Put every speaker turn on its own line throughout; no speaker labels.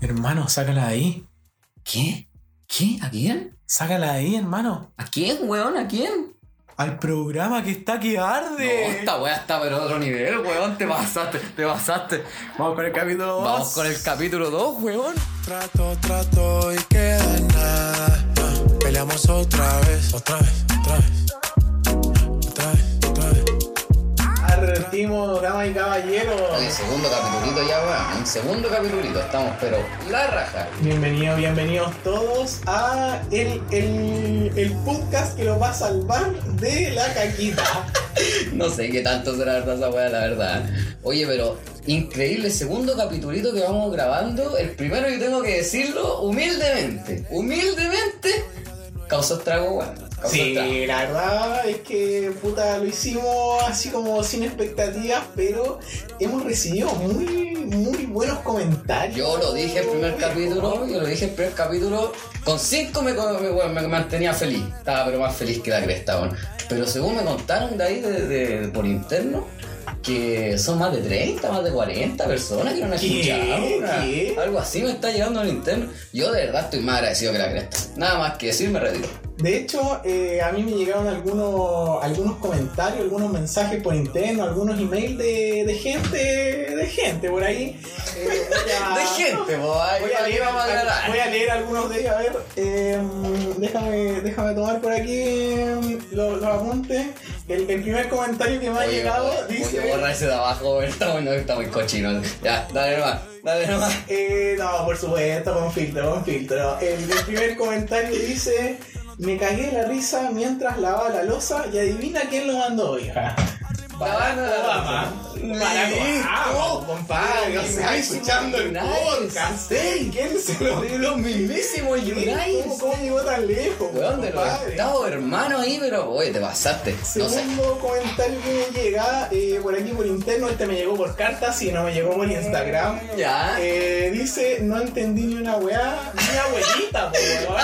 Hermano, sácala de ahí.
¿Qué? ¿Qué? ¿A quién?
Sácala de ahí, hermano.
¿A quién, weón? ¿A quién?
Al programa que está que
No,
arde.
esta weá está pero a otro nivel, weón. Te pasaste, te pasaste.
Vamos con el capítulo 2.
Vamos con el capítulo 2, weón.
Trato, trato y queda en nada. Ah, Peleamos otra vez, otra vez, otra vez. Otra vez, otra vez.
Arretimos, damas y
El
caballeros.
segundo capitulito ya, weón. Un segundo capitulito. Estamos, pero la raja.
Bienvenidos, bienvenidos todos a el, el, el podcast que los va a salvar de la caquita.
No sé qué tanto será verdad esa weá, la verdad. Oye, pero increíble segundo capitulito que vamos grabando. El primero yo tengo que decirlo humildemente. Humildemente causó estrago, weón. Causó estrago.
Sí, la verdad es que puta lo hicimos así como sin expectativas, pero hemos recibido muy, muy buenos comentarios.
Yo lo dije el primer capítulo, yo lo dije el primer capítulo. Con cinco me, me- weón, me mantenía feliz. Estaba pero más feliz que la cresta, weón. Pero según me contaron de ahí de- de- por interno, que son más de 30, más de 40 personas que no han
¿Qué?
escuchado. weón.
¿Qué?
Algo así me está llegando al interno. Yo de verdad estoy más agradecido que la cresta. Nada más que decir, me retiro.
De hecho, eh, a mí me llegaron algunos, algunos comentarios, algunos mensajes por interno, algunos emails de, de gente, de gente por ahí. Eh, voy a-
De gente, po, ay,
Voy a,
¿para qué
leer,
vamos a grabar?
voy a leer algunos de ellos, a ver, eh, déjame, déjame tomar por aquí eh, los, los apuntes. El, el primer comentario que me ha
Oye,
llegado
oye,
dice...
oye, borra ese de abajo, está muy, está muy cochino. Ya, dale nomás, dale nomás.
Eh, no, por supuesto, con filtro, con filtro. El, el primer comentario dice: Me cagué la risa mientras lavaba la losa y adivina quién lo mandó hoy.
Barack Obama. Oh,
Barack Obama, compadre, o sea, escuchando el podcast.
Sí,
¿Quién se lo
de los mismísimos
¿Cómo, ¿Cómo llegó tan lejos?
Weón de los
compadre?
estados hermano ahí, pero oye, te pasaste. No sé.
Segundo comentario que me llega eh, por aquí por interno, este me llegó por cartas y no me llegó por Instagram.
Ya.
Eh, dice, no entendí ni una weá, ni abuelita, po, weón.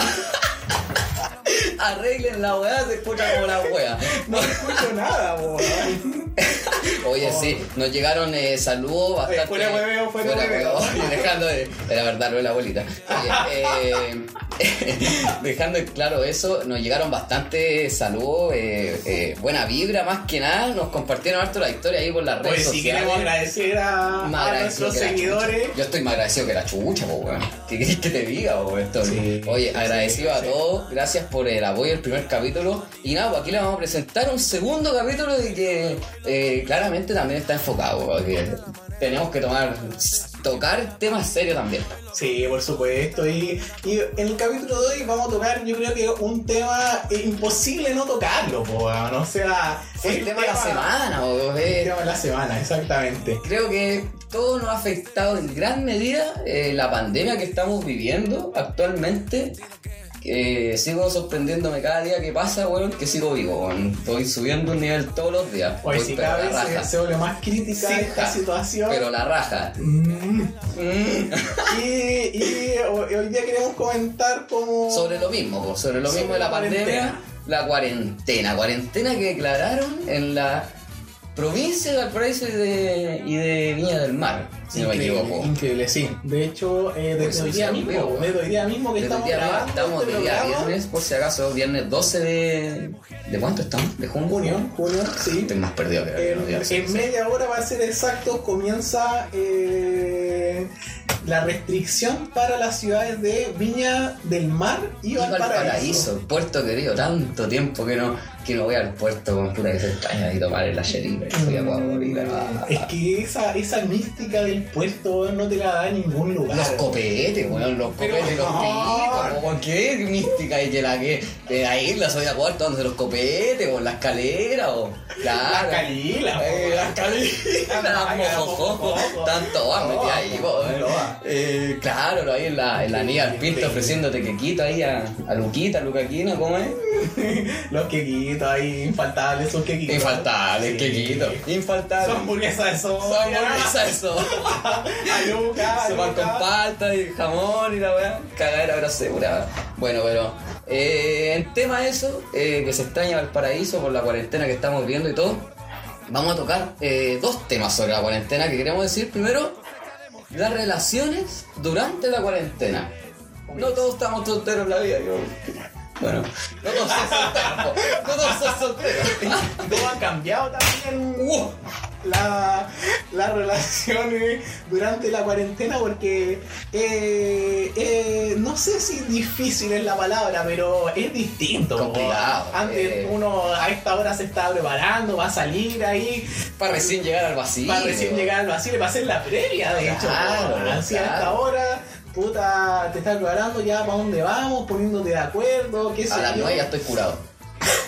Arreglen la weá, se escucha como la weá.
No escucho nada, weón.
Oye, sí,
Oh.
nos llegaron eh, saludos bastante.
fuera hueveo, fuera hueveo.
hueveo. Dejando de. Era verdad lo de la abuelita. Oye, eh, dejando en claro eso, nos llegaron bastante saludos, eh, eh, buena vibra más que nada. Nos compartieron harto la historia ahí por las redes
Pues sí,
sociales.
queremos agradecer a,
Más
a
agradecido
nuestros
que la
seguidores.
chucha. Yo estoy más agradecido que la chucha, po, weón. ¿Qué querés que te diga, po, esto?
Sí,
Oye,
sí,
agradecido
sí.
a todos. Gracias por el apoyo del primer capítulo. Y nada, pues aquí le vamos a presentar un segundo capítulo y que eh, claramente también está enfocado, po, porque tenemos que tomar, tocar temas serios también.
Sí, por supuesto. Y, y en el capítulo de hoy vamos a tocar, yo creo que un tema eh, imposible no tocarlo, po, weón. O sea,
Fue el tema de la semana, po,
El
eh,
tema de la semana, exactamente.
Creo que todo nos ha afectado en gran medida eh, la pandemia que estamos viviendo actualmente. que sigo sorprendiéndome cada día que pasa, weón, que sigo vivo, weón. Estoy subiendo un nivel todos los días.
Hoy
Voy,
si
pero
cada
la
vez se,
raja.
se vuelve más crítica
Sí,
esta
ja.
situación.
Pero la raja.
Mm.
Mm.
Y, y hoy hoy día queremos comentar como...
Sobre lo mismo, po, sobre lo
Sobre
mismo de la
la
pandemia.
cuarentena.
La cuarentena. Cuarentena que declararon en la provincia de Valparaíso y de, y de Viña del Mar, si no me
increíble,
equivoco.
Increíble, sí. De hecho, eh, desde
Pues
hoy
sí,
día
sí,
mismo,
veo,
desde hoy día mismo que
Desde
estamos
el día viernes,
grabando
estamos
este
de día
programa,
viernes, por si acaso, viernes 12 de. ¿De cuánto estamos? ¿De junio?
junio, junio, sí.
Estoy más perdido que la
En,
verdad, sí,
en
sí.
media hora va a ser exacto, comienza eh, la restricción para las ciudades de Viña del Mar y
Iba al
Valparaíso.
paraíso, el puerto querido, tanto tiempo que no, que no voy al puerto con puta que se extraña y tomar el ayerito. y voy a Guagua, y la-
Es que esa, esa mística del puerto no te la da en ningún lugar.
Los copetes, weón, los
Pero-
copetes, los
no.
pitos, weón, qué mística y que la que de la isla soy a puerto donde los copetes, o la escalera, o
Las
claro.
calilas,
Eh,
po.
las calinas,
Ah,
las
mojojojo.
mojojojo, tanto va metí ahí, po.
Loa.
Eh, claro, ahí en la, en la niña al pinto ofreciéndote quequito ahí a, a Luquita, a Lucaquina, ¿cómo es?
Los quequitos ahí, infaltables, esos quequitos.
Infaltable, quequito.
Son
Infaltable.
hamburguesas de sopa.
Son hamburguesas eso.
Ayuca,
Se van con palta y jamón y la weá. Cagadera pero segura. Bueno, pero eh, en tema de eso, eh, que se extraña Valparaíso por la cuarentena que estamos viviendo y todo, vamos a tocar eh, dos temas sobre la cuarentena que queremos decir. Primero, las relaciones durante la cuarentena. No todos estamos solteros en la vida, yo. Bueno, no todos son solteros. po. No todos son solteros.
Y todo ha cambiado también
Uh,
la- las relaciones durante la cuarentena porque eh, eh, no sé si difícil es la palabra, pero es distinto. po.
Complicado,
Antes
eh.
uno a esta hora se está preparando, va a salir ahí,
para recién llegar al vacío.
para recién llegar al vacío, va a ser la previa, de hecho.
Claro,
po. Así a esta
claro.
hora, puta, te estás preparando ya para dónde vamos, poniéndote de acuerdo, qué sé
A las
yo.
9 ya estoy curado.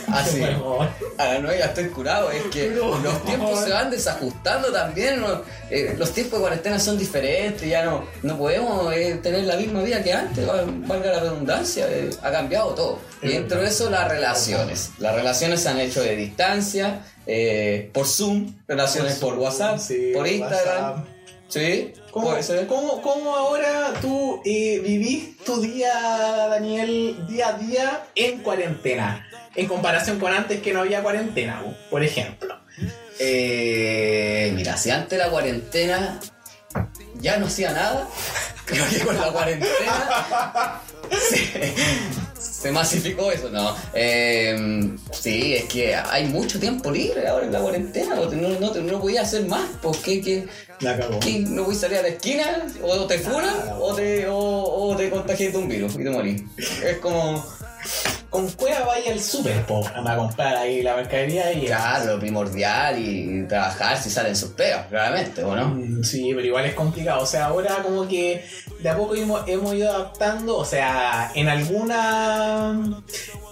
Así.
Bueno,
A las 9 Ah, ya estoy curado, es que
No.
los tiempos se van desajustando también. ¿no? Eh, los tiempos de cuarentena son diferentes, ya no, no podemos eh, tener la misma vida que antes, va- valga la redundancia, eh, ha cambiado todo. Y dentro de eso, las relaciones. Las relaciones se han hecho de distancia, eh, por Zoom, relaciones por,
Zoom,
WhatsApp,
sí,
por Instagram.
WhatsApp.
¿Sí?
¿Cómo,
puede ser.
cómo- cómo ahora tú eh, vivís tu día, Daniel, día a día en cuarentena? En comparación con antes que no había cuarentena, po, por ejemplo.
Eh, mira, si antes de la cuarentena ya no hacía nada, creo que con la cuarentena se, se masificó eso, ¿no? Eh, sí, es que hay mucho tiempo libre ahora en la cuarentena, no, no, no, no podía hacer más, pues, porque que,
La cagó.
que no voy a salir a la esquina, o te funan, o te, o, o te contagias de un virus y te morís. Es como...
Con cueva vaya al super, po, a comprar ahí la mercadería y...
Claro, lo primordial y trabajar si salen sus pegas, claramente, ¿o no?
Mm, Sí, pero igual es complicado. O sea, ahora como que de a poco hemos, hemos ido adaptando. O sea, en alguna.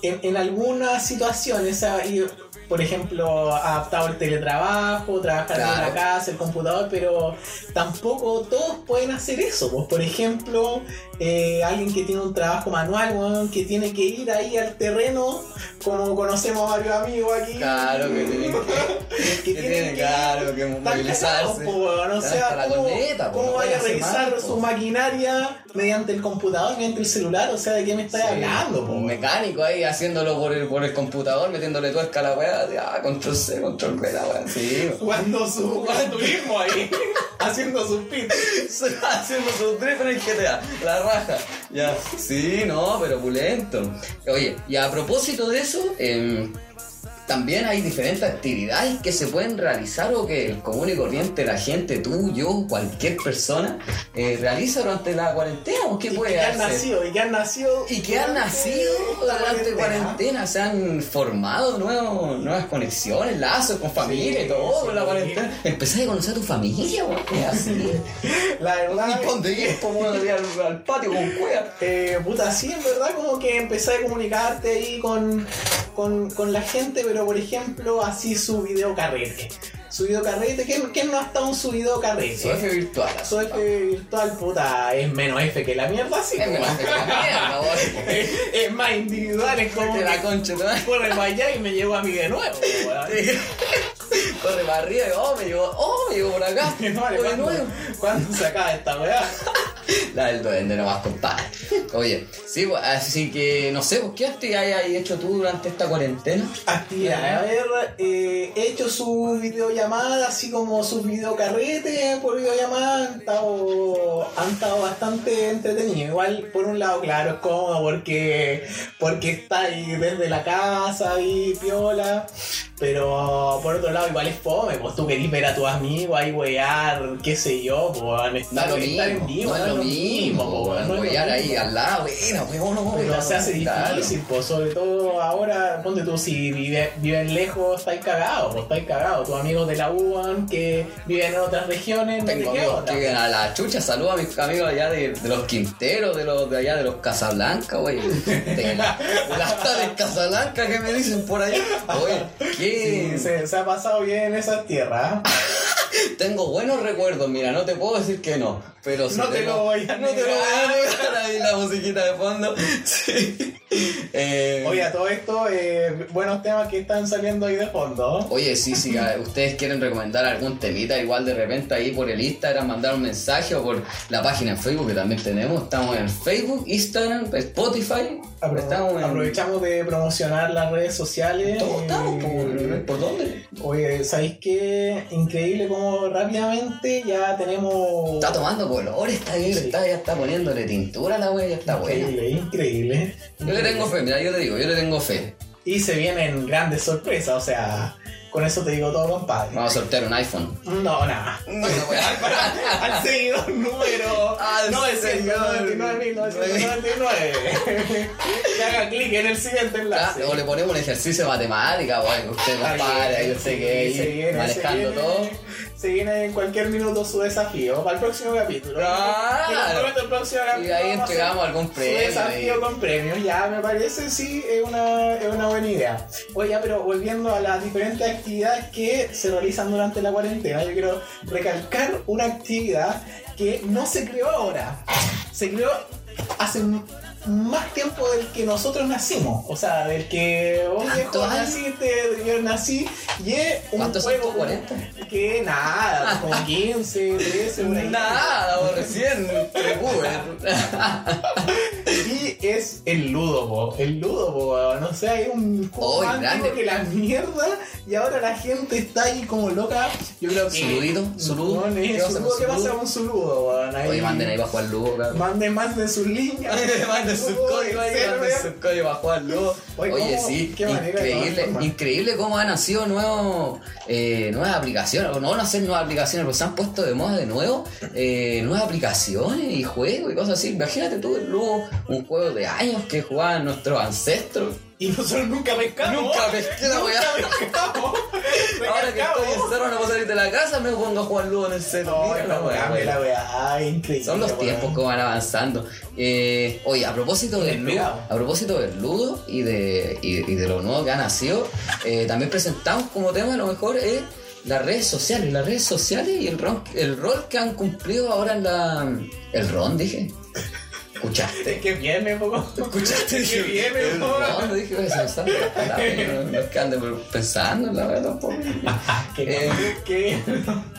En, en algunas situaciones, se ha ido, por ejemplo, adaptado el teletrabajo, trabajar en
Claro.
la casa, el computador, pero tampoco todos pueden hacer eso. Pues, por ejemplo, eh, alguien que tiene un trabajo manual, weón, que tiene que ir ahí al terreno, como conocemos a varios amigos aquí.
Claro que tienen
que
que, que
tienen
tienen,
que-
claro, que
Tan
movilizarse.
cagados, po, weón. O
Hasta
sea,
la
¿cómo,
corneta, po,
cómo
no
vaya a
puede hacer
revisar
más,
su
po.
maquinaria mediante el computador, mediante el celular? O sea, ¿de qué me estás
Sí,
hablando? po?
Un mecánico ahí haciéndolo por el, por el computador, metiéndole tuerca a la weá, de, ah, control C, control V, la weá, sí.
Jugando su jugando turismo ahí, haciendo sus pits.
Haciendo sus tres en el GTA, la raja. Ya, sí, no, pero pulento. Oye, y a propósito de eso, em, también hay diferentes actividades que se pueden realizar o que el común y corriente, la gente, tú, yo, cualquier persona, eh, realiza durante la cuarentena. ¿o ¿Qué
Y
puede
que han
hacer?
nacido, y que han nacido.
Y que han nacido
la
durante cuarentena, se han formado nuevos, nuevas conexiones, lazos con familia y
Sí,
todo con la
sí.
cuarentena. Empezás a conocer a tu familia, weón, es así.
La verdad.
Y ponte que es como uno de al, al patio con cueva.
Eh, puta, sí, en verdad como que empecé a comunicarte ahí con, con, con la gente, pero por ejemplo, así su video carrete. Su video carrete, ¿quién, quién no ha estado en su video carrete?
Eso es virtual. así.
Soy virtual, puta, es menos F que la mierda, sí.
Es
po.
más de la mierda, weón.
es, es más individual, es como
De Este la
que
concha, te vas.
corre para allá y me llevo a mí de nuevo. weón.
Corre para arriba y oh, me llevo, oh, me llevo por acá.
Que no vale,
Oye,
¿cuándo,
nuevo.
¿Cuándo se acaba esta weá?
La del duende nomás, compadre. Oye, sí, pues, así que no sé, pues, ¿qué actividad hay hecho tú durante esta cuarentena?
Actividad, a ver, eh, he hecho su videollamada, así como sus videocarretes eh, por videollamada, han estado, han estado bastante entretenidos. Igual, por un lado, claro, es cómodo porque, porque está ahí desde la casa y piola, pero por otro lado, igual es fome, pues tú querís ver a tus amigos ahí wear, qué sé yo, pues
No es lo mismo, no es lo mismo,
pues, no es lo
weón. ahí
mismo.
al lado, bueno, weón, no,
Pero
weón,
se hace
claro.
difícil, pues, sobre todo ahora, ponte tú, si vive- viven lejos, estáis cagados, pues, estáis cagados. Tus amigos de la UAN que viven en otras regiones, no te
Tengo
queda
amigos
otra.
que viven a la chucha, saludo a mis amigos allá de, de los Quinteros, de los de allá de los Casablanca, güey. De, la- de las tales Casablanca que me dicen por ahí. Oye,
Sí,
¿qué?
se, se ha pasado bien en esas tierras. ¿ah?
Tengo buenos recuerdos, mira, no te puedo decir que no, pero sí
No te
tengo-
lo voy a
No te lo voy a
negar.
negar, ahí la musiquita de fondo. Sí. Eh,
Oye, a todo esto, eh, buenos temas que están saliendo ahí de fondo.
Oye, sí, sí, a- ustedes quieren recomendar algún temita, igual de repente ahí por el Instagram, mandar un mensaje o por la página en Facebook que también tenemos. Estamos en Facebook, Instagram, Spotify.
Apro-
estamos en.
Aprovechamos de promocionar las redes sociales.
Todos estamos,
eh,
¿por, ¿por dónde?
Oye, ¿sabéis qué? Increíble cómo rápidamente ya tenemos...
Está tomando color, está bien,
Sí.
está, ya está poniéndole tintura a la wea, ya está buena.
Increíble, increíble.
Yo le tengo fe, mira, yo le digo, yo le tengo fe.
Y se vienen grandes sorpresas, o sea, con eso te digo todo, compadre.
Vamos a sortear un iPhone.
No, nada.
No, no, wea.
Al seguidor número
Al
999.999. Que haga clic en el siguiente
Ah,
enlace.
O le ponemos un ejercicio de matemática o algo, usted compare, ahí usted que ahí,
Se viene,
manejando
se viene,
todo.
Se viene en cualquier minuto su desafío para el próximo capítulo.
Claro.
Te lo prometo, el próximo
Y
capítulo vamos a
ahí
hacer
entregamos algún
Su
premio. ahí.
desafío con premios, ya me parece, sí, es una, es una buena idea. Oye, pero volviendo a las diferentes actividades que se realizan durante la cuarentena, yo quiero recalcar una actividad que no se creó ahora, se creó hace m- más tiempo del que nosotros nacimos, o sea, del que vos
¿Tantos
viejo
años?
naciste, yo nací, y es un
¿Cuántos son
juego
tus 40?
que nada, como 15, 13, por ahí.
Nada, vos recién te cubre.
Y es el ludo, po. El ludo, po, weón. O sea, es un juego
Oh,
más
grande.
antiguo que la mierda. Y ahora la gente está ahí como loca. Yo creo que.
Zurudito, zurudo.
Weón, es
¿Qué pasa
zurudo.
con
¿Qué pasa
zurudo?
con zuludo, weón? Ahí-
Oye, manden ahí para jugar Lugo, cabrón.
Manden más de sus líneas.
Manden sus códigos ahí,
etcétera.
manden sus códigos para jugar Lugo.
Oye,
Oye,
¿cómo?
sí,
Qué manera de
increíble,
transformar.
increíble cómo han nacido nuevos, eh, nuevas aplicaciones, o no van a ser nuevas aplicaciones, pero se han puesto de moda de nuevo eh, nuevas aplicaciones y juegos y cosas así. Imagínate tú el Lugo, un juego de años que jugaban nuestros ancestros.
Y nosotros nunca pescamos.
Nunca pesqué la weá.
Nunca pescamos.
Ahora que estoy
Recalcamos.
encerrado, no puedo salir de la casa, me pongo a jugar Lugo en el set.
No,
Mira la
no,
weá,
cambia
weá.
la weá. Ay, increíble.
Son los
weón.
tiempos como van avanzando. Eh, oye, a propósito del Ludo,
Inesperado.
a propósito del Ludo y de, y, y de lo nuevo que ha nacido, eh, también presentamos como tema a lo mejor es las redes sociales, las redes sociales y el rol, el rol que han cumplido ahora en la. El ron, dije. Escuchaste.
Es que viene, poco.
Escuchaste,
Es que viene,
el
po.
ron, dije, oye, se me salen las palabras, no, no es que ande pensando, la verdad, tampoco. Eh.
Que- que-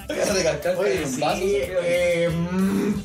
Quiero recalcar que hay
Oye,
un
sí,
vaso, se
eh, mm,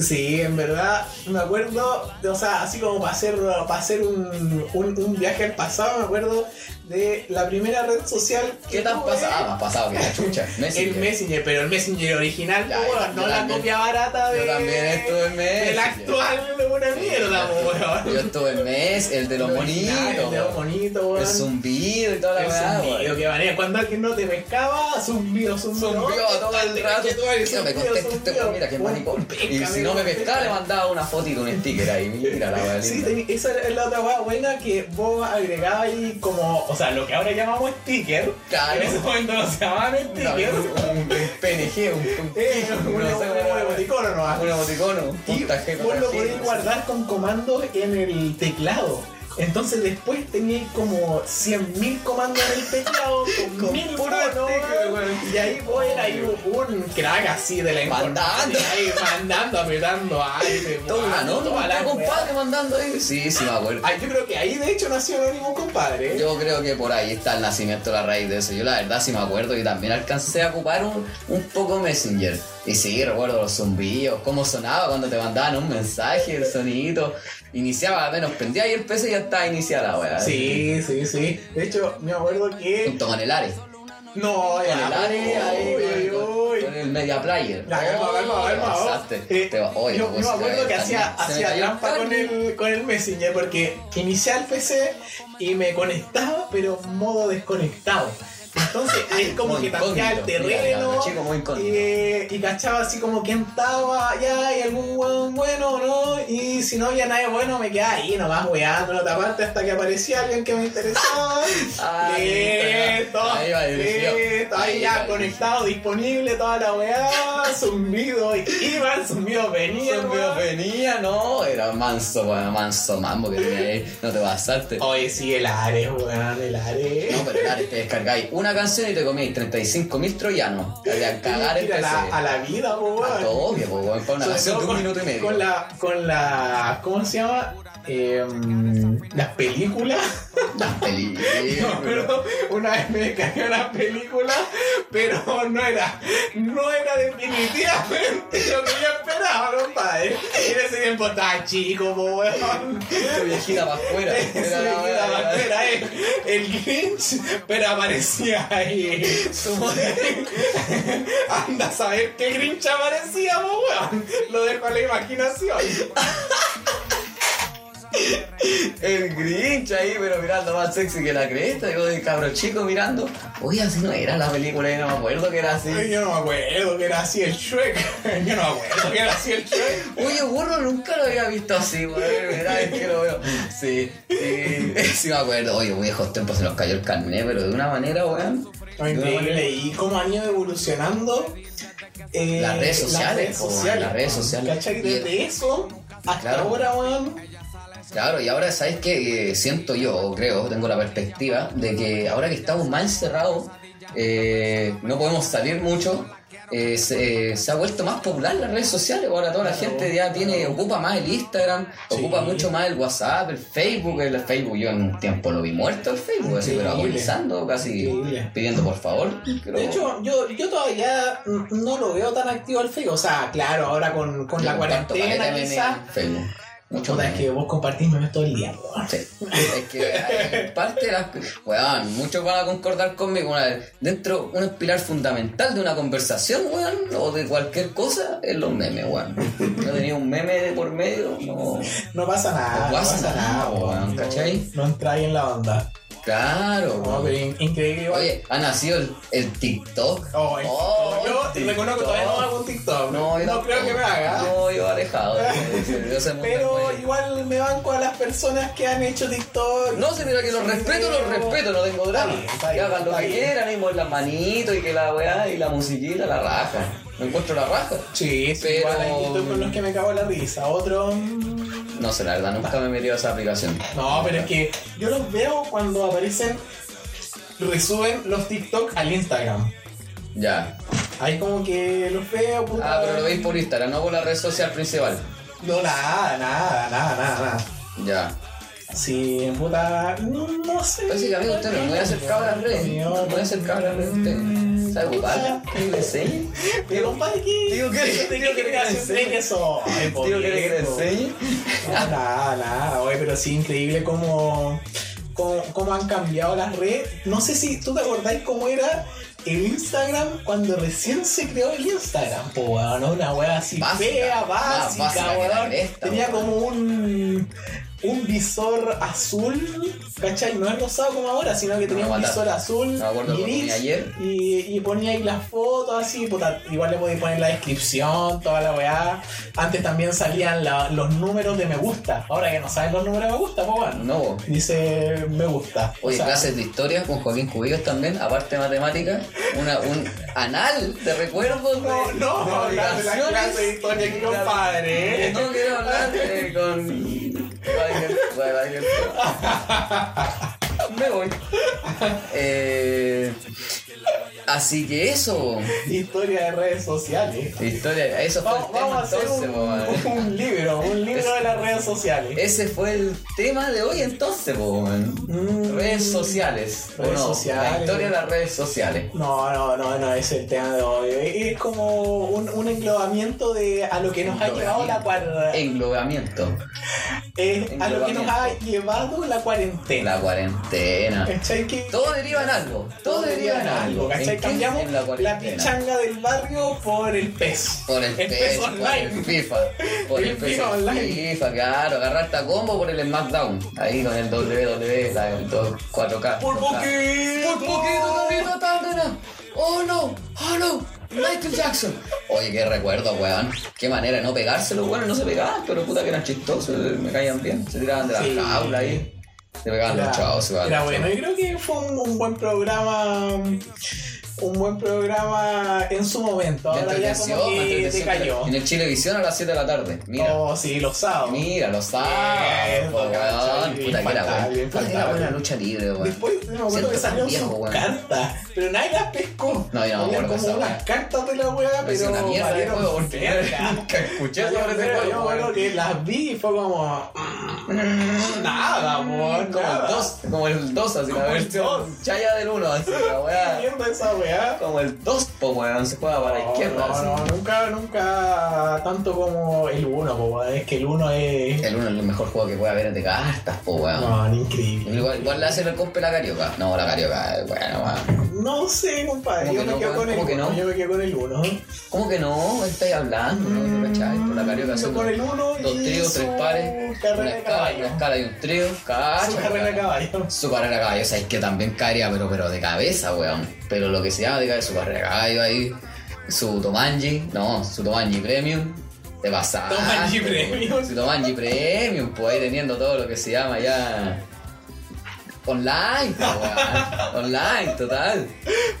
sí, en verdad, me acuerdo, de- o sea, así como para hacer, para hacer un, un- un viaje al pasado, me acuerdo de la primera red social
¿Qué tan
tuve,
pasado? Ah, más pasado que la chucha.
El
Messenger.
Messenger, pero el Messenger original,
Ya,
po,
yo-
weón, no
yo
la
también-
copia barata de,
Yo también estuve en Messenger.
del actual, una mierda, po, weón.
Yo estuve en mes, el de los
El original,
monitos.
el de los
weón.
bonitos, weón.
El zumbido y toda la
El
weá,
zumbido,
weón.
que manera. Cuando alguien no te pescaba, zumbido, zumbido.
Zumbió todo el rato. Mira, me contesta este weón, mira que maricón. Y si no me pescaba, le mandaba una fotito, un sticker ahí. Mira la weá
Sí,
linda.
tení- esa es la otra hueá buena que vos agregabas ahí como, o sea, lo que ahora llamamos sticker.
Claro.
En ese momento no se llamaban
Una-
stickers.
un, un PNG, un, un,
Eh, un,
no sé,
un-
weá,
un emoticono nomás.
un emoticono, un
Y
puntaje,
vos lo
puntaje,
podías
no sé.
guardar con comandos en el teclado. Entonces después teníais como 100.000 comandos en el teclado con,
Con
mil
puro
bonos,
sticker, weón.
y ahí vos eras ahí un crack así de la
Mandando.
informática, ahí mandando, apretando aire,
Todo un anónimo,
toda la
está
weá.
compadre mandando ahí. Sí, sí, me acuerdo.
Ah, yo creo que ahí de hecho nació Anónimo Compadre.
Yo creo que por ahí está el nacimiento, la raíz de eso. Yo la verdad sí me acuerdo que también alcancé a ocupar un, un poco Messenger. Y sí, recuerdo los zumbidos, cómo sonaba cuando te mandaban un mensaje, el sonidito. Iniciaba, menos prendía y el PC ya estaba iniciada la weá.
Sí, sí, sí. De hecho, me acuerdo que.
Junto con el Ares.
Ah, No,
Con
ya,
el Ares,
ay, ay,
con, con
ay.
el Media Player.
Ya, calma, calma,
Oye,
calma, vos.
pasaste.
Eh,
Te va- oye,
Yo
pues,
me
se me
acuerdo
cayó
que
el
hacía,
carnet. Se me
hacía
cayó el
trampa con
carnet.
el, con el Messenger porque inicié el PC y me conectaba, pero en modo desconectado. Entonces ahí como
Muy
que tanteaba el
incógnito, mira,
terreno eh,
mira, chico, muy incógnito.
y, y cachaba así como quién estaba allá y algún weón bueno o no. Y si no había nadie bueno, me quedaba ahí nomás weando en otra parte hasta que aparecía alguien que me interesaba.
Ah,
Listo,
ahí va dirigido.
listo, ahí
Ahí
ya
va
conectado estado disponible toda la weá, zumbido iban, zumbido venían.
Zumbido
weón.
venía, no, era manso, weón, manso mambo que tenía ahí. No te pasaste.
Oye, sí, el Ares, weón, el Ares.
No, pero claro, te descargáis una canción y te coméis 35.000 troyanos. Te voy a cagar el
Ir a
PC.
la, a la vida, po,
A
weón.
todo, obvio, po, weón, para una
Sobre
canción
todo
de un
con-
minuto y medio.
Con la, con la, ¿cómo se llama? Em, las películas.
Las películas.
No, pero una vez me descargué una película, pero no era, no era definitivamente lo que yo esperaba. estaba, compadre. Y en ese tiempo estaba chico, po, weón.
Esta viejita para afuera. Era la wea,
Era,
era-
era el, el Grinch, pero aparecía ahí. Su modelo. Anda a saber qué Grinch aparecía, po, weón. Lo dejo a la imaginación.
El Grinch ahí, pero mirando más sexy que la cresta. Yo de cabro chico mirando. Oye, así no era la película, yo no me acuerdo que era así.
Ay, Yo no me acuerdo que era así el Shrek. Yo no me acuerdo que era así el Shrek.
Oye, burro, nunca lo había visto así, weón. Verdad es que lo veo. Sí, sí. Sí, me acuerdo. Oye, viejos tiempos se nos cayó el carnet, pero de una manera, weón.
No,
de una
increíble. Y cómo han ido evolucionando eh,
Las redes sociales, po, weón, las redes sociales.
¿Cachai?
Y-
Desde eso hasta
Claro.
ahora, weón.
Claro, y ahora sabes que siento yo, o creo, tengo la perspectiva de que ahora que estamos más encerrados, eh, no podemos salir mucho. eh, se, se ha vuelto más popular las redes sociales. Ahora toda la
Claro,
gente ya tiene, ocupa más el Instagram,
Sí.
ocupa mucho más el WhatsApp, el Facebook. El Facebook, yo en un tiempo lo vi muerto el Facebook, así, pero
Increíble.
agonizando, casi
Increíble.
pidiendo por favor. pero-
De hecho, yo, yo todavía mm, no lo veo tan activo al Facebook. O sea, claro, ahora con, con
yo
la
comparto
cuarentena
caleta de
quizás.
memes en Facebook. Mucho
Puta,
memes.
es que vos compartís memes todo el día, weón.
Sí. Es que eh, parte de las. Weón, muchos van a concordar conmigo. Una vez. Dentro, un pilar fundamental de una conversación, weón, o de cualquier cosa, es los memes, weón. No tenía un meme de por medio, no.
No pasa nada, no
pasa
pasa
nada,
nada,
weón,
No-
¿cachai?
No entráis en la onda.
Claro,
No,
weón.
pero in- increíble igual.
Oye, ha nacido el, el TikTok.
Oh, el
Oh,
TikTok. yo
el
reconozco que
TikTok.
todavía no hago un TikTok. No,
yo
creo
tampoco.
que me haga.
No, yo alejado. yo- yo sé muy
Pero
bien.
igual me banco a las personas que han hecho TikTok.
No, si mira que los respeto, los respeto, no tengo
Está
drama.
bien, está
Que
bien,
hagan lo
está
que
bien.
quieran, y mover las manitos y que la weá y la musiquita, la raja. No encuentro la raja.
Sí, sí,
Pero-
igual hay TikTok con los que me cago en la risa. Otro. mm,
No sé, la verdad, nunca me he metido a esa aplicación.
No, pero es que yo los veo cuando aparecen, resuben los TikTok al Instagram.
Ya.
Ahí como que los veo, puta.
Ah, pero lo veis por Instagram, no por la red social principal.
No, nada, nada, nada, nada, nada.
Ya.
Sí, puta. No, no sé.
Parece que amigo usted no es muy acercado a las redes. No es muy acercado a las redes usted. ¿Sabe ocupar? ¿Qué le enseñe?
Pero compadre, ¿qué?
Tío, ¿qué-
¿De
tío, ¿qué
¿Qué creación
crees?
creen que soy?
Tío, ¿quiere que ¿eh? le
po?
enseñe?
No, nada, nada, oye, pero sí, increíble cómo, cómo, cómo han cambiado las redes. No sé si tú te acordáis cómo era el Instagram cuando recién se creó el Instagram, po, weón, ¿no? una wea así
Básica,
fea,
más
básica,
básica que la
weón.
cresta,
Tenía
weón.
como un, un visor azul, ¿cachai? No es rosado como ahora, sino que tenía
No,
un
guata.
visor azul,
No me acuerdo lo que
gris,
tenía ayer.
y, y ponía ahí las fotos así, puta, igual le podía poner la descripción, toda la weá. Antes también salían la- los números de me gusta. Ahora que no sabes los números de me gusta, pues bueno.
No, vos.
Dice me gusta. O
Oye,
sea,
clases de historia con Joaquín Cubillos también, aparte de matemáticas, una, un anal de recuerdos.
No,
de-
no,
de
hablar de la
obligaciones.
clase de historia aquí, compadre, ¿eh?
No quiero hablar eh, con. Bueno, ahí que- Me voy. Eh, así que eso.
Historia de redes sociales.
Historia, eso fue
Vamos,
el tema
vamos a hacer
entonces,
un,
po, man.
un libro, un libro de las redes sociales.
Ese fue el tema de hoy entonces, po, man.
Mm.
Redes sociales. ¿o
Redes
no? La
sociales.
historia de las redes sociales.
No, no, no, no es el tema de hoy. Es como un, un englobamiento de a lo que nos ha llevado la cuarentena.
Englobamiento.
Eh, a lo que nos ha llevado la cuarentena.
La cuarentena.
¿Cachai? Que
Todo deriva en algo. Todo deriva en algo. ¿En
¿Cachai?
qué?
Cambiamos
En
la,
cuarentena.
pichanga del barrio por el pez.
Por el,
el
PES,
pez
por
online.
el FIFA, por el,
El
PES
FIFA online.
FIFA, claro, agarraste a combo por el SmackDown, ahí con el WWE, la, el 2, 4K.
Por poquito.
4K. Por poquito, Carlito Cárdenas. Oh no, oh no, Michael Jackson. Oye, qué recuerdo, weón. Qué manera de no pegárselo, bueno, no se pegaban, pero puta que eran chistosos, me caían bien. Se tiraban de la
Sí.
jaula ahí. Se pegaban
Era,
los chavos, se pegaban
era
los
bueno,
chavos.
yo creo que fue un, un buen programa. Un buen programa en su momento.
De
Ahora ya como
entretención,
que te
entretención,
cayó.
En el Chilevisión a las 7 de la tarde. Mira.
Oh, sí, los sábados.
Mira, los sábados,
Bien,
po, weón.
cachai,
Puta que era
infaltable,
buena. Puta que era buena
infaltable.
lucha libre, weón.
Después me acuerdo
Siento
que
tan
salieron
viejo,
sus
weón.
cartas, pero nadie las pescó.
No, yo no me
Habían
acuerdo de
como
esa
unas
weá.
cartas de la weá,
Me hice
pero
una mierda de
valieron
juego porque
verga.
nunca escuché
Yo
sobre ese
creo-
juego,
yo creo
weón.
que las vi y fue como. "Mm, Nada, amor.
Como el 2, como el 2, así la
el
versión
dos.
chaya del 1, así la weá.
Mierda esa weá.
Como el 2, po weón, se juega para la izquierda.
No,
así.
no, nunca, nunca tanto como el 1, po, weón. es que el 1 es.
El 1 es el mejor juego que puede haber de cartas, po weón.
No, increíble.
Igual, igual le hacen el compa la carioca. No, la carioca, eh, bueno, weón.
No sé, compadre.
¿Cómo
Yo
que
me,
no,
quedo
weón?
con el
¿Cómo que
uno,
no?
yo me quedo con el 1.
¿Cómo que no? Estáis hablando, ¿no? ¿Te cachai? Por la carioca
Yo
haciendo
Mm, con el 1
dos tríos, tres pares, una
Carrera de
escala,
caballo.
una escala y un trío,
Su
cacho.
carrera de caballo.
Su carrera de caballo, o sea, es que también caería, pero, pero de cabeza, weón. Pero lo que se llama de cabeza, su carrera de caballo ahí, su Tomanji, no, su Tomanji Premium, te pasaste.
Tomanji
po,
Premium.
Su Tomanji Premium, pues ahí teniendo todo lo que se llama ya. Online, po, weón. Online, total.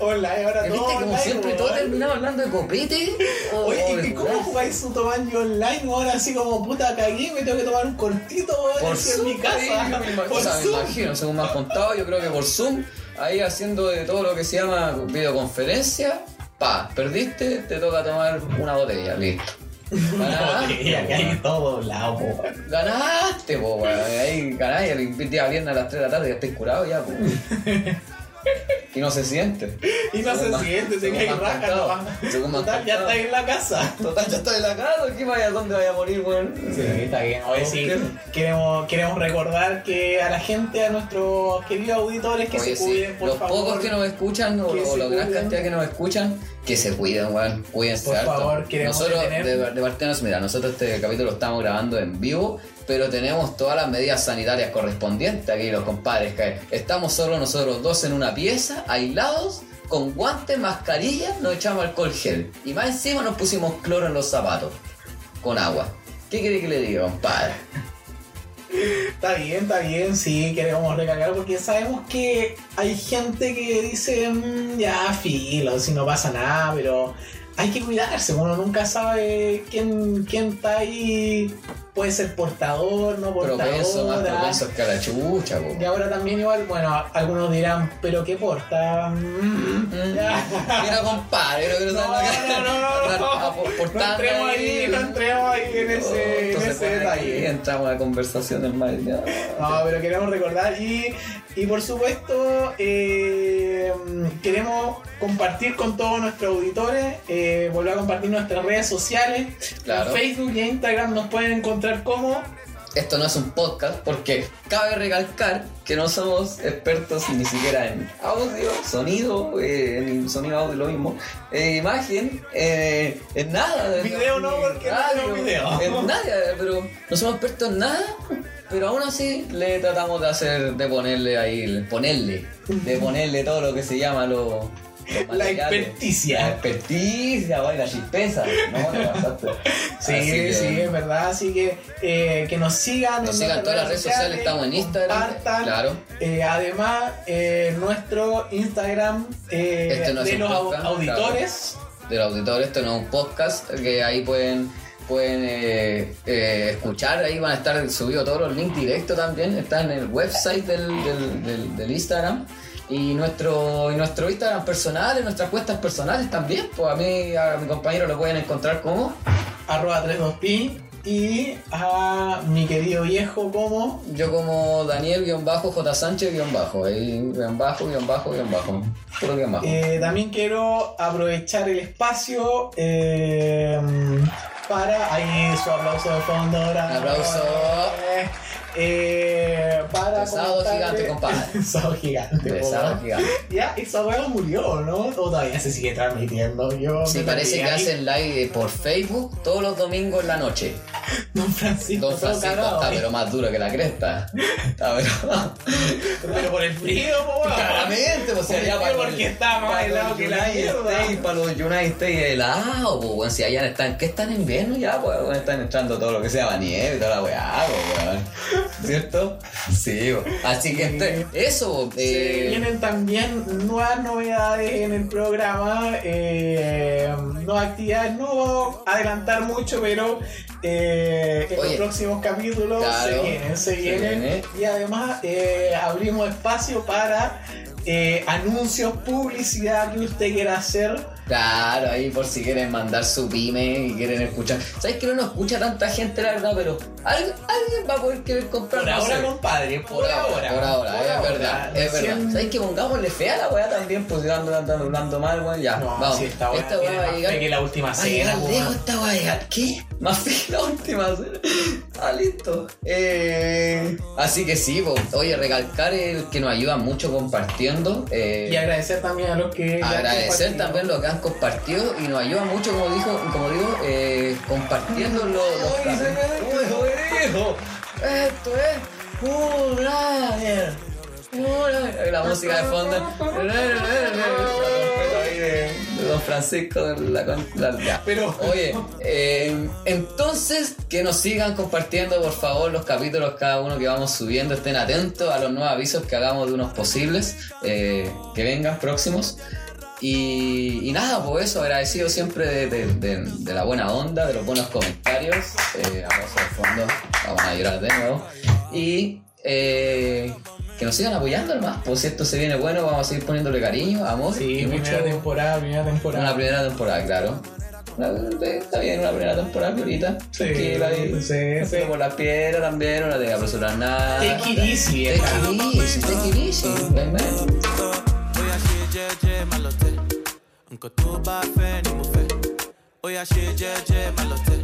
Hola, y ahora
¿Viste
todo.
como
online,
siempre
weón.
todo terminaba hablando de copete? Oh, O- o
Oye, ¿y
de
cómo
jugar.
jugáis su tomaño online ahora así como puta cagué? Me tengo que tomar un cortito ahora
Por
así en
Zoom,
mi
ahí, yo
casa.
me imagino,
Por
o sea, me
Zoom.
imagino, según me has contado, yo creo que por Zoom, ahí haciendo de todo lo que se llama videoconferencia, pa, perdiste, te toca tomar una botella, listo.
No,
Ganaste,
tenía que hay
weón.
todo doblado, po. weón.
Ganaste, po, weón. Ahí ganáis el día viernes a las 3 de la tarde, ya estés curado ya, po. Y no se siente.
Y no
Según
se
más-
siente, se
según
cae
más
raja
contado, según
nomás.
más
Total, ya
contado.
está en la casa.
Total, ya estoy en la casa, ¿qué vaya? ¿Dónde vaya a morir, weón?
Sí, está bien. Oye, sí, queremos, queremos recordar que a la gente, a nuestros queridos auditores, que
Oye,
se
sí,
cuiden, por
los
favor.
pocos que nos escuchan o,
Que
o
se
la gran
cuiden.
cantidad que nos escuchan, que se cuiden, weón. Cuídense
Por
harto.
favor, queremos
nosotros,
detener-
de, de parte de nos- mira, nosotros este capítulo lo estamos grabando en vivo, pero tenemos todas las medidas sanitarias correspondientes aquí, los compadres. Que estamos solo nosotros dos en una pieza, aislados, con guantes, mascarillas, nos echamos alcohol gel. Y más encima nos pusimos cloro en los zapatos, con agua. ¿Qué quiere que le diga, compadre?
Está bien, está bien, sí, queremos recargar porque sabemos que hay gente que dice, "Mm, ya, filo, si no pasa nada, pero hay que cuidarse, uno nunca sabe quién, quién está ahí, puede ser portador, no
Propenso, más
portador.
propenso que a la chucha, po.
Y ahora también igual, bueno, algunos dirán, pero ¿qué porta? Mm,
Mm.
ya.
Mira, compadre, no quiero
No,
saber la
no,
cara.
no, no, no.
Ah, por- por
No
tanta
entremos ahí, no entremos ahí en ese, en
Oh, Entonces,
ese
bueno, aquí
detalle.
Entramos a conversaciones más. ya.
No, pero queremos recordar y, y por supuesto eh, queremos compartir con todos nuestros auditores, eh, volver a compartir nuestras redes sociales,
Claro.
en Facebook y en Instagram nos pueden encontrar como
Esto no es un podcast porque cabe recalcar que no somos expertos ni siquiera en audio, sonido, eh, en sonido audio lo mismo, eh, imagen, eh, en nada.
Video no, porque no
radio,
tenemos video.
En nada, pero no somos expertos en nada, pero aún así le tratamos de hacer, de ponerle ahí, ponerle, de ponerle todo lo que se llama lo... los
La
materiales. La
Experticia.
experticia, güey, la chispeza. No, te pasaste.
Sí,
Así que-
sí, es verdad, así que eh, que nos sigan.
nos
en
sigan en todas las redes sociales, estamos en Instagram.
compartan.
Claro.
Eh, además, eh, nuestro Instagram eh,
Este no es
de
un
los au-
podcast,
auditores.
Del auditor, esto no es un podcast, que ahí pueden, pueden eh, eh, escuchar, ahí van a estar subidos todos los links directos también, está en el website del, del- del- del Instagram. Y nuestro, y nuestro Instagram personal, y nuestras cuentas personales también, pues a mí, a mi compañero lo pueden encontrar como
arroba 32pi y a mi querido viejo como
Yo como Daniel guión bajo, J Sánchez guión bajo, ahí guión bajo, guión bajo, guión bajo, puro guión bajo.
eh, también quiero aprovechar el espacio eh, para ahí su aplauso de fondo ahora
Un aplauso.
Eh, eh, para
Pesado
comentarle-
gigante, compadre.
pesado gigante
Pesado
po.
gigante.
ya esa hueá murió no o todavía se sigue transmitiendo yo
Sí,
me
parece que
perdí ahí.
hacen live por Facebook todos los domingos en la noche.
don Francisco
Don
todo
Francisco
cagado,
está
eh.
pero más duro que la cresta. Está pero...
pero por el frío po, weón.
Claramente, pues si
Porque
allá para
porque está más
para los
helado que la
United
mierda.
States, Para los United States helado, pues weón, si allá están, ¿qué están en invierno ya? Pues weón, están entrando todo lo que sea nieve y toda la weá, pues, weón. ¿Cierto? Sí, pues. así que este- eso, pues,
Se
eh,
vienen también nuevas novedades en el programa, eh, nuevas actividades, no vamos a adelantar mucho, pero eh, en
Oye.
los próximos capítulos
Claro,
se vienen, se
se
vienen.
viene.
Y además eh, abrimos espacio para eh, anuncios, publicidad que usted quiera hacer.
Claro, ahí por si quieren mandar su pyme y quieren escuchar. ¿Sabes que no nos escucha tanta gente, la verdad? Pero al- alguien va a poder querer comprar.
Por
no
ahora,
sé.
compadre, por, ahora.
Por ahora, es
ahora.
verdad, es
Recién-
verdad. ¿Sabes que pongámosle fea a la weá también? Pues dando, dando, dando mal, weón, ya.
No,
Ah, vamos.
si esta weá tiene
va a
más
llegar.
fe que la última
va a
cena,
llegar
weón.
lejos esta weá, va a llegar. ¿Qué? Más fe que la última cena. Ah, listo. Eh, así que sí, po. oye, recalcar el que nos ayuda mucho compartiendo. eh,
Y agradecer también a los que. ya han
agradecer
compartido.
también lo que han compartido y nos ayuda mucho, como dijo, como digo, eh, compartiendo los. los-
Ay, se me
Uy, hijo, Esto es Coolager. Coolager. La música de fondo. La trompeta ahí de- de Don Francisco de la, con- la- ya.
Pero-
oye, eh, entonces que nos sigan compartiendo por favor los capítulos cada uno que vamos subiendo, estén atentos a los nuevos avisos que hagamos de unos posibles eh, que vengan próximos. Y, y nada, por eso, agradecido siempre de, de- de- de la buena onda, de los buenos comentarios. Eh, abrazo al fondo, vamos a llorar de nuevo. Y eh, que nos sigan apoyando, hermano. Por si esto se viene bueno, vamos a seguir poniéndole cariño, amor.
Sí,
y
primera temporada, primera temporada.
Oh, Una primera temporada, claro. Una- Está bien, una primera temporada,
Sí,
ahorita.
pues,
tranquila ahí.
sí, sí.
Por la piedra también, no la tenga que apresurar nada.
Take it easy,
Take
eh.
it easy, take it easy, my man.
Hoy ashe jeje malote, nko tó bá fẹ́ ni mo fẹ́. Hoy ashe jeje malote,